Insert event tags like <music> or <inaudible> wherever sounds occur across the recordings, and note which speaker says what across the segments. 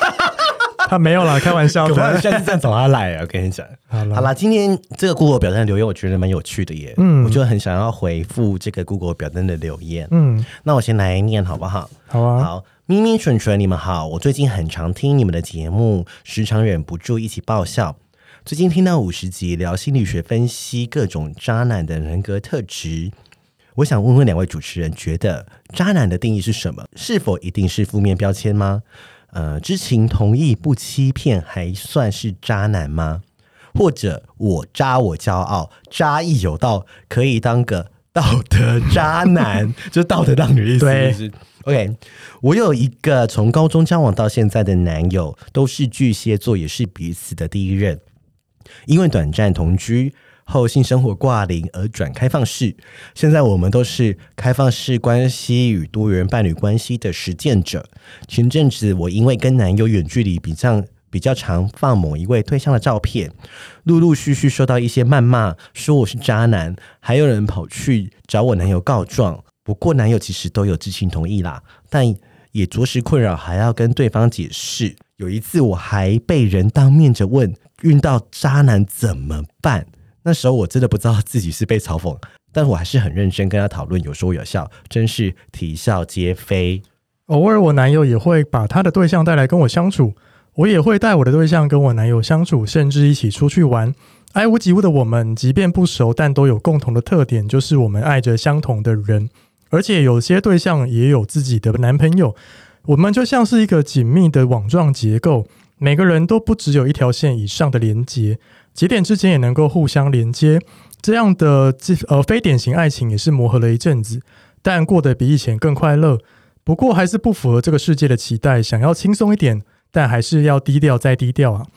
Speaker 1: <laughs> 他没有啦，开玩笑
Speaker 2: 我怕
Speaker 1: 的。
Speaker 2: 下次再找他来，
Speaker 3: 啊
Speaker 2: 我跟你讲。
Speaker 1: 好
Speaker 3: 好
Speaker 1: 啦，
Speaker 3: 啦，今天这个 Google 表单的留言，我觉得蛮有趣的耶。
Speaker 1: 嗯
Speaker 3: 我就很想要回复这个 Google 表单的留言。
Speaker 1: 嗯，
Speaker 3: 那我先来念好不好？
Speaker 1: 好啊，
Speaker 3: 好，咪咪蠢蠢，你们好！我最近很常听你们的节目，时常忍不住一起爆笑。最近听到五十集聊心理学分析各种渣男的人格特质，我想问问两位主持人，觉得渣男的定义是什么？是否一定是负面标签吗？呃，知情同意不欺骗还算是渣男吗？或者我渣我骄傲，渣意有道，可以当个道德渣男， <laughs> 就是道德浪女的意思。
Speaker 1: 对
Speaker 3: 就是 OK，我有一个从高中交往到现在的男友，都是巨蟹座，也是彼此的第一任。因为短暂同居后性生活挂零而转开放式，现在我们都是开放式关系与多元伴侣关系的实践者。前阵子我因为跟男友远距离比较比较常放某一位对象的照片，陆陆续续收到一些谩骂，说我是渣男，还有人跑去找我男友告状。不过男友其实都有知情同意啦，但也着实困扰，还要跟对方解释。有一次我还被人当面着问，遇到渣男怎么办？那时候我真的不知道自己是被嘲讽，但我还是很认真跟他讨论，有说有笑，真是啼笑皆非。
Speaker 1: 偶尔我男友也会把他的对象带来跟我相处，我也会带我的对象跟我男友相处，甚至一起出去玩。爱屋及乌的我们，即便不熟，但都有共同的特点，就是我们爱着相同的人，而且有些对象也有自己的男朋友。我们就像是一个紧密的网状结构，每个人都不只有一条线以上的连接，节点之间也能够互相连接。这样的这呃非典型爱情也是磨合了一阵子，但过得比以前更快乐。不过还是不符合这个世界的期待，想要轻松一点，但还是要低调再低调啊。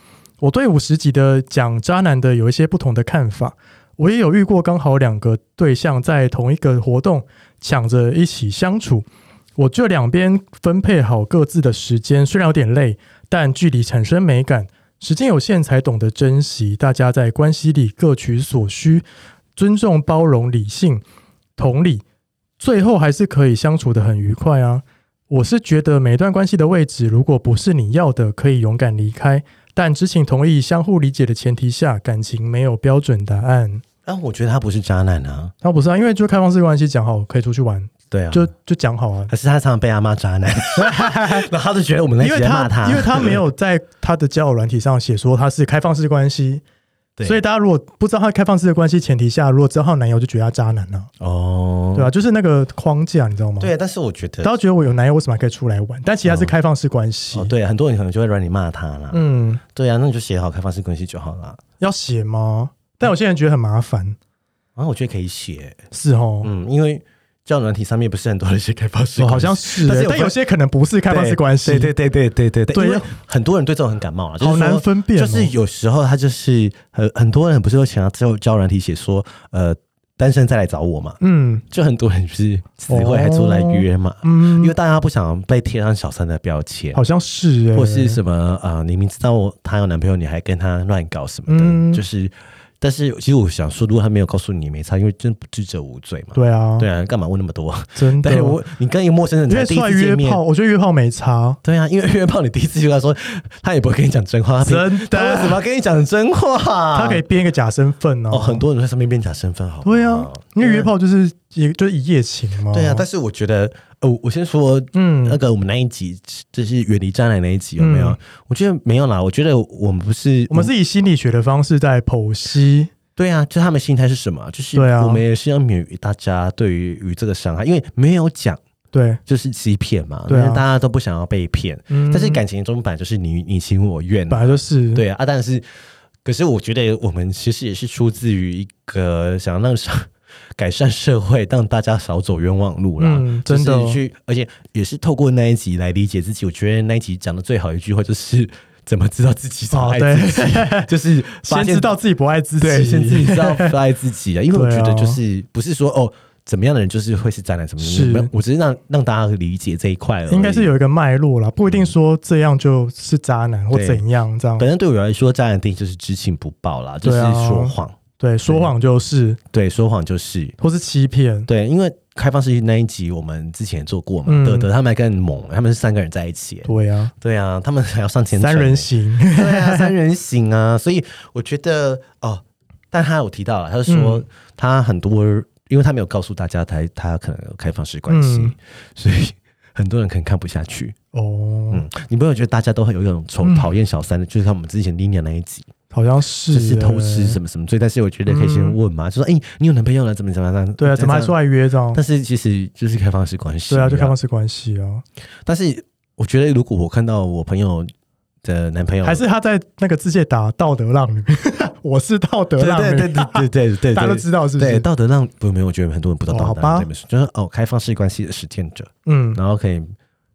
Speaker 1: 我对五十集的讲渣男的有一些不同的看法，我也有遇过刚好两个对象在同一个活动抢着一起相处，我这两边分配好各自的时间，虽然有点累，但距离产生美感，时间有限才懂得珍惜，大家在关系里各取所需，尊重、包容、理性、同理，最后还是可以相处的很愉快啊。我是觉得每段关系的位置，如果不是你要的，可以勇敢离开。但知情同意、相互理解的前提下，感情没有标准答案。
Speaker 3: 但啊我觉得他不是渣男啊，
Speaker 1: 那不是啊，因为就开放式关系讲好可以出去玩，
Speaker 3: 对啊，
Speaker 1: 就就讲好啊。
Speaker 3: 可是他常常被他骂
Speaker 1: <laughs>
Speaker 3: 渣男，然后他就觉得我们在
Speaker 1: 因为
Speaker 3: 在骂
Speaker 1: 因为他没有在他的交友软体上写说他是开放式关系，
Speaker 3: 对
Speaker 1: 所以大家如果不知道他开放式的关系前提下，如果知道他男友就觉得他渣男了、
Speaker 3: <laughs> 哦，
Speaker 1: 对吧、啊就是那个框架，你知道吗？
Speaker 3: 对，嗯啊，但是我觉
Speaker 1: 大
Speaker 3: 得
Speaker 1: 家觉得我有男友为什么还可以出来玩？但其实他是开放式关系，
Speaker 3: 哦，对啊，很多人可能就会软你骂他啦，
Speaker 1: 嗯，
Speaker 3: 对啊，那你就写好开放式关系就好啦。
Speaker 1: 要写吗？但有些人觉得很麻烦，
Speaker 3: 然后啊我觉得可以写，
Speaker 1: 是哦。
Speaker 3: 嗯，因为交友软体上面不是很多人写开放式
Speaker 1: 哦，
Speaker 3: 关系，
Speaker 1: 好像是
Speaker 3: 但
Speaker 1: 欸，
Speaker 3: 是
Speaker 1: 但有些可能不是开放式关系，
Speaker 2: 对对对对对对
Speaker 1: 对
Speaker 3: 因为很多人对这种很感冒了，就是
Speaker 1: 好
Speaker 3: 说
Speaker 1: 难分辨哦
Speaker 3: 就是有时候他就是很很多人不是会想要交交友软体写说呃单身再来找我嘛，
Speaker 1: 嗯
Speaker 3: 就很多人就是死会还出来约嘛，
Speaker 1: 嗯
Speaker 3: 因为，大家不想被贴上小三的标签
Speaker 1: 好。像是欸，
Speaker 3: 或是什么呃，你明知道我她有男朋友，你还跟她乱搞什么的，
Speaker 1: 嗯
Speaker 3: 就是。但是其实我想说，如果他没有告诉你，没差，因为真不知者无罪嘛。
Speaker 1: 对啊，
Speaker 3: 对，啊，干嘛问那
Speaker 1: <laughs>
Speaker 3: 么多？
Speaker 1: 真的
Speaker 3: 但，是我你跟一个陌生人
Speaker 1: 因为
Speaker 3: 才第一
Speaker 1: 出来
Speaker 3: 次
Speaker 1: 约
Speaker 3: 见面
Speaker 1: 炮，，我觉得约炮没差，
Speaker 3: 对啊，因为约炮你第一次就跟他说，他也不会跟你讲真话，他凭
Speaker 1: 真
Speaker 3: 他为什
Speaker 1: 的，
Speaker 3: 么要跟你讲真话？
Speaker 1: 他可以编一个假身份呢、
Speaker 3: 啊哦，很多人在上面变假身份，好不好
Speaker 1: 对啊，因为约炮就是也就是一夜情嘛，
Speaker 3: 对啊。但呃是我觉得，呃，我我先说
Speaker 1: 嗯
Speaker 3: 那个我们那一集，就是远离渣男那一集有没有
Speaker 1: 嗯？
Speaker 3: 我觉得没有啦，我觉得我们不是
Speaker 1: 我们是以心理学的方式在剖析，
Speaker 3: 对啊，就他们心态是什么？就是
Speaker 1: 对啊
Speaker 3: 我们也是要免于大家对于于这个伤害，因为没有讲
Speaker 1: 对，
Speaker 3: 就是欺骗嘛，
Speaker 1: 对啊
Speaker 3: 因为大家都不想要被骗。
Speaker 1: 嗯
Speaker 3: 但是感情中本来就是你你情我愿
Speaker 1: 本来就是，
Speaker 3: 对啊，啊但是可是我觉得我们其实也是出自于一个想要让社改善社会，让大家少走冤枉路啦。
Speaker 1: 嗯
Speaker 3: 就是
Speaker 1: 真的哦
Speaker 3: 去，而且也是透过那一集来理解自己。我觉得那一集讲的最好一句话就是。怎么知道自己怎么
Speaker 1: 哦
Speaker 3: 爱
Speaker 1: 对
Speaker 3: 自己，
Speaker 1: <laughs>
Speaker 3: 就是发
Speaker 1: 先
Speaker 3: 现
Speaker 1: 知道自己不爱自己，
Speaker 3: 对，先自己知道不爱自己啊。因为我
Speaker 1: 对
Speaker 3: 觉
Speaker 1: 啊
Speaker 3: 得就是、不是说哦，怎么样的人就是会是渣男什么的，
Speaker 1: 是
Speaker 3: 没有我只是让让大家理解这一块而已。
Speaker 1: 应该是有一个脉络啦，不一定说这样就是渣男或
Speaker 3: 对
Speaker 1: 怎样这样。
Speaker 3: 反正嗯对我来说，渣男定义就是知情不报啦，就是
Speaker 1: 对啊
Speaker 3: 说谎，
Speaker 1: 对，说谎就是，
Speaker 3: 对，说谎就是
Speaker 1: 或是欺骗。
Speaker 3: 对，因为开放式那一集我们之前也做过嘛，
Speaker 1: 嗯
Speaker 3: 德德他们还更猛，他们是三个人在一起，
Speaker 1: 对啊，
Speaker 3: 对啊，他们还要上前
Speaker 1: 三人，行，
Speaker 3: 对啊，三人行啊，所以我觉得哦，但他有提到了，他就说、
Speaker 1: 嗯
Speaker 3: 他很多，因为他没有告诉大家他他可能有开放式关系，
Speaker 1: 嗯
Speaker 3: <laughs> 所以很多人可能看不下去，
Speaker 1: <laughs> 哦，
Speaker 3: 嗯，你不会觉得大家都很有一种仇
Speaker 1: 嗯
Speaker 3: 讨厌小三的，就是他们之前 Lina 那一集。
Speaker 1: 好像是
Speaker 3: 就是偷吃
Speaker 1: 欸
Speaker 3: 什么什么罪，但是我觉得可以先问嘛，就说哎、你有男朋友了，怎么怎么样？
Speaker 1: 对啊，怎么还说
Speaker 3: 这样？
Speaker 1: 爱约这样
Speaker 3: 但？是其实就是哦开放式关系，
Speaker 1: 对啊，就开放。式关系啊，
Speaker 3: 但是我觉得，如果我看到我朋友的男朋友，
Speaker 1: 还是他在那个字界打道德浪女， <laughs> 我是道德
Speaker 3: 对
Speaker 1: 浪
Speaker 3: 对对
Speaker 1: 女，
Speaker 3: 对对对对，
Speaker 1: 大家都知道是不
Speaker 3: 对
Speaker 1: 是？
Speaker 3: 道德浪不没有，我觉得很多人不知道
Speaker 1: 哦
Speaker 3: 道德
Speaker 1: 好吧
Speaker 3: 浪这本书，就是哦，开放式关系的实践者，
Speaker 1: 嗯，
Speaker 3: 然后可以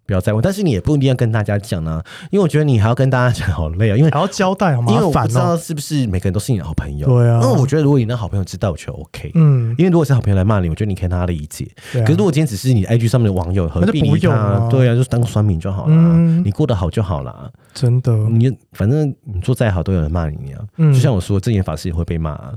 Speaker 3: 不要再问，但是你也不一定要跟大家讲啊，因为我觉得你还要跟大家讲，好累啊，因为
Speaker 1: 还要交代，好
Speaker 3: 因为
Speaker 1: 麻
Speaker 3: 我不
Speaker 1: 烦
Speaker 3: 知道
Speaker 1: 哦。
Speaker 3: 是不是每个人都是你的好朋友，
Speaker 1: 对啊
Speaker 3: 那我觉得如果你那好朋友知道，我觉得 OK，
Speaker 1: 嗯，
Speaker 3: 因为如果是好朋友来骂你，我觉得你可以让他理解。
Speaker 1: 对啊
Speaker 3: 可是如果今天只是你 IG 上面的网友，何必
Speaker 1: 那就不
Speaker 3: 理他？
Speaker 1: 用啊
Speaker 3: 对啊，就是当酸民就好了、
Speaker 1: 嗯
Speaker 3: 你过得好就好啦。
Speaker 1: 真的，
Speaker 3: 你反正你做再好，都有人骂你啊。
Speaker 1: 嗯
Speaker 3: 就像我说，正言法师也会被骂、
Speaker 1: <laughs>
Speaker 3: 啊，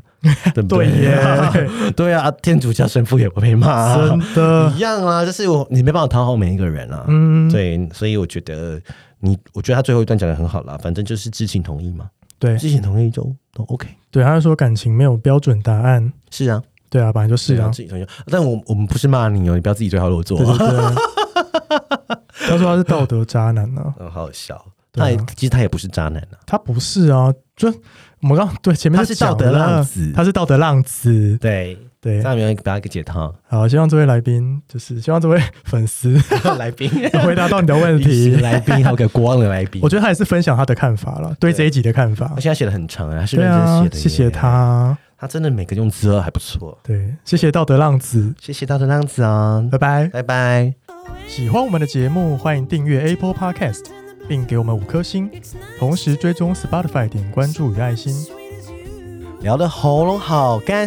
Speaker 3: 对不
Speaker 1: 对耶，
Speaker 3: <laughs> 对啊，天主教神父也会被骂、啊，
Speaker 1: <laughs> 真的，
Speaker 3: 一样 <laughs> 啊。就是我，你没办法讨好每一个人啊。
Speaker 1: 嗯，
Speaker 3: 对，所以我觉得你，我觉得他最后一段讲的很好啦。反正就是知情同意嘛，
Speaker 1: 对
Speaker 3: 知情同意就都 OK。
Speaker 1: 对，他就说感情没有标准答案，
Speaker 3: 是啊，
Speaker 1: 对啊，本来就是
Speaker 3: 对啊，
Speaker 1: 啊，
Speaker 3: 自己同意。但我我们不是骂你哦，你不要自己对号入座、
Speaker 1: 对
Speaker 3: 啊。
Speaker 1: 对对。他说他是道德渣男啊，
Speaker 3: 嗯，好好笑。
Speaker 1: 对啊
Speaker 3: 他也、其实他也不是渣男啊，
Speaker 1: 他不是啊，就我们刚对前面
Speaker 3: 他
Speaker 1: 就是讲
Speaker 3: 道德
Speaker 1: 了
Speaker 3: 浪子
Speaker 1: 他是道德浪子，
Speaker 3: 对，
Speaker 1: 对
Speaker 3: 下面给大家一个解 <laughs> 套
Speaker 1: 好，希望这位来宾就是希望这位粉
Speaker 3: <laughs>
Speaker 1: 丝
Speaker 3: 来宾，
Speaker 1: 回答到你的问 <laughs>
Speaker 3: 隐形
Speaker 1: 题。
Speaker 3: 来宾，还有个国王的来宾
Speaker 1: 我。觉得他也是分享他的看法了，对这一集的看法
Speaker 3: 而。且他写的很长啊，他是
Speaker 1: 对
Speaker 3: 认真写
Speaker 1: 啊
Speaker 3: 的、，
Speaker 1: 谢谢，他，
Speaker 3: 他真的每个用词都还不错，
Speaker 1: 对，谢谢道德浪子，
Speaker 3: 谢谢他的样子啊，
Speaker 1: 拜拜。
Speaker 3: 拜拜。
Speaker 1: 喜欢我们的节目，欢迎订阅 Apple Podcast，并给我们五颗星，同时追踪 Spotify 点关注与爱心。
Speaker 3: 聊的喉咙好干，